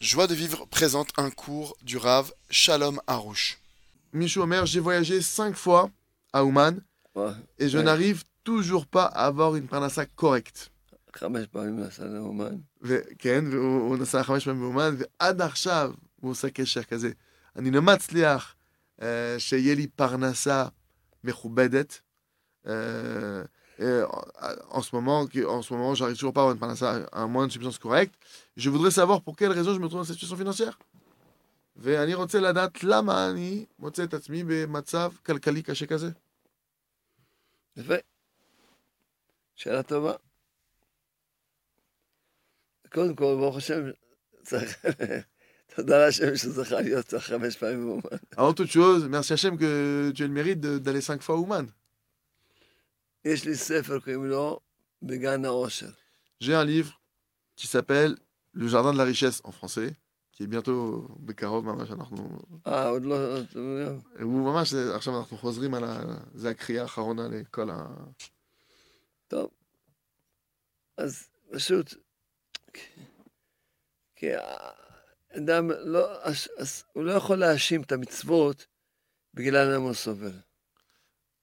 Joie de vivre présente un cours du Rav Shalom Harouche. Michou Omer, j'ai voyagé cinq fois à Ouman וואי, et je Ouais. n'arrive toujours pas à avoir une parnassa correcte. חמש פעמים נסע לאומן. וכן, והוא הוא נסע חמש פעמים באומן, ועד עכשיו הוא עושה קשר כזה. אני לא מצליח אה, שיהיה לי פרנסה מכובדת. Euh, euh, en ce moment, que- en ce moment, j'arrive toujours pas à avoir une parnassa, à moins de subsistance correcte. Je voudrais savoir pour quelle raison je me trouve dans cette situation financière. ואני רוצה לדעת למה אני מוצא את עצמי במצב כלכלי קשה כזה. יפה. שאלה טובה. קודם כל, ברוך השם, צריך... תודה להשם שזכה להיות צריך חמש פעמים באומן. Avant toute chose, merci Hachem que tu as le mérite de- d'aller cinq fois au Man. יש לי ספר, קוראים לו בגן העושר. J'ai un livre qui s'appelle Le Jardin de la Richesse en français, qui est bientôt Bekarov, Mamash Anarchon. אה, עוד לא... עוד לא- euh, Ou Mamash, עכשיו אנחנו חוזרים על ה... זה הקריאה האחרונה לכל ה... טוב. אז פשוט, כי האדם לא, הש- הש- הוא לא יכול להאשים את המצוות בגלל למה הוא סובל.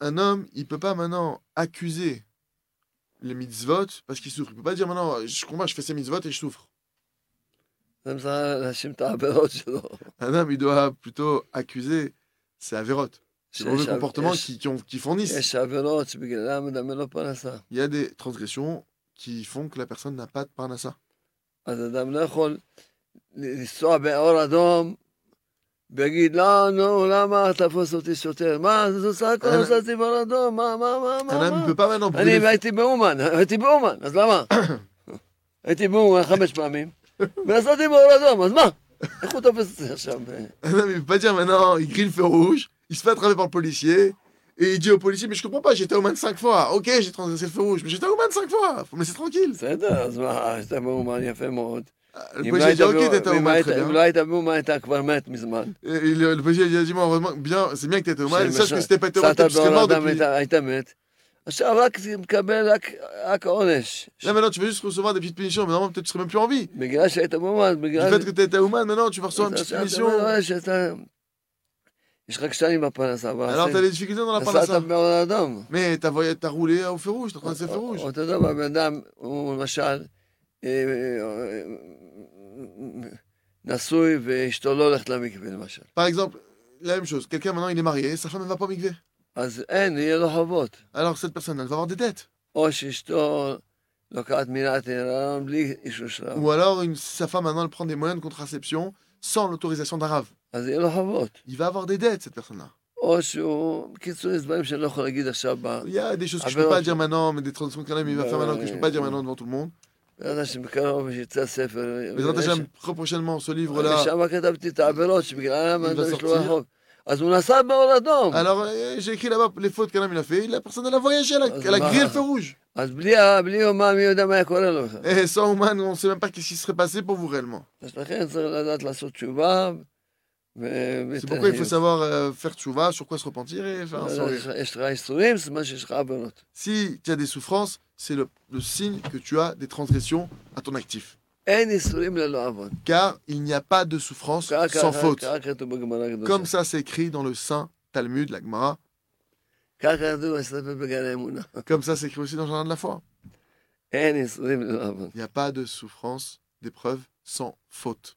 Un homme, il peut pas maintenant accuser les mitzvot parce qu'il souffre. Il peut pas dire maintenant, je comprends, je fais ces mitzvot et je souffre. אדם צריך להאשים את העבירות שלו. Un homme, il doit plutôt accuser ses avérotes, ses mauvais שיש- comportements יש- qui, qui, ont- כאילו, qui fournissent. יש עבירות שבגללם אדם אין לו פרנסה. Il y a des transgressions qui font que la personne n'a pas de parnassa. אז אדם לא יכול ל- לנסוע באור אדום ויגיד, לא, נו, למה תפוס אותי שוטר? מה, זה סך הכל אנ- נסעתי באור אדום, מה, מה, מה, Un מה? homme, il מה? peut pas maintenant brûler אני הייתי באומן, הייתי באומן, אז למה? הייתי באומן חמש פעמים, ונסעתי באור אדום, אז מה? איך הוא תופס את זה עכשיו? Non, mais il peut pas dire maintenant, il grille le feu rouge, il se fait attraper par le policier, et il dit au policier, mais je comprends pas, j'étais au moins de 5 fois. Ok, j'ai transgressé le feu rouge, mais j'étais au moins de 5 fois, faut me laisser tranquille. בסדר, אז מה, היית באומן, יפה מאוד. Ah, Le אם policier dit, לא היית ok, t'étais באומן- au אם moins, היית- très אם bien. לא היית באומן, היית כבר מת מזמן. Et le, le policier dit, dis-moi, heureusement, bien, c'est bien que t'étais au moins, C'est sache que méchant. c'était pas été au moins, נסעת t'es presque באור mort אדם, depuis. היית- Là, היית מת. עכשיו רק מקבל רק- רק עונש. maintenant, tu veux juste recevoir des petites punitions, mais normalement, peut-être tu serais même plus en vie. בגלל שהיית באומן, Du בגלל... fait que t'étais au moins, maintenant, tu vas recevoir une אתה- petite אתה- punition. אתה רואה שאתה- יש לך קשיים בפרנסה, אבל Alors, t'as עשית- des difficultés dans la parnassa. נסעת באור אדום. Mais t'as voy- t'as roulé au feu rouge, t'as transgressé le feu rouge. אותו דבר, בן אדם, הוא למשל אה, אה, אה, נשוי ואשתו לא הולכת למקווה, למשל. Par exemple, la même chose, quelqu'un maintenant, il est marié, sa femme, elle va pas au mikvé. אז אין, יהיה לו חובות. Alors, cette personne, elle va avoir des dettes. או שאשתו לוקחת מילת הריון בלי אישור שלה, Ou alors, une, sa femme, maintenant, elle prend des moyens de contraception sans l'autorisation d'un rave. אז יהיה לו חובות. Il va avoir des dettes, cette personne-là. או שהוא, בקיצור, יש דברים שאני לא יכול להגיד עכשיו, ב- Il y a des choses que Ah je ben peux pas non, dire maintenant, mais des transactions quand même, il va Bah faire maintenant que je peux pas dire ouais. maintenant devant tout le monde. בעזרת השם, בקרוב שיצא ספר. Mais Hachem, très prochainement, ce livre-là. ושם כתבתי את העבירות שבגללם אם יש לו בסרטיר? חוב. אז הוא נסע באור אדום. Alors, euh, j'ai écrit là-bas les fautes qu'un homme il a fait. La personne, elle a voyagé, elle a, Ah, elle a bah. grillé le feu rouge. אז bli ה... בלי אומה, מי יודע מה היה קורה לו בכלל. Et sans Ouman, on sait même pas qu'est-ce qui serait passé pour vous réellement. אז לכן צריך לדעת לעשות תשובה. ו... לא, C'est pourquoi il faut savoir euh, faire tchouva, sur quoi se repentir et faire un sourire. יש לך איסורים, סימן שיש לך עוונות. Si tu as des souffrances, c'est le, le signe que tu as des transgressions à ton actif. אין איסורים ללא עוון. Car il n'y a pas de souffrance ככה- sans ככה- faute. ככה כתוב בגמרא הקדושה. Comme ça, c'est écrit dans le Saint Talmud, la Gemara. ככה כתוב בספר בגן האמונה. Comme ça, c'est écrit aussi dans le Jardin de la Foi. אין איסורים ללא עוון. Il n'y a pas de souffrance, d'épreuve sans faute.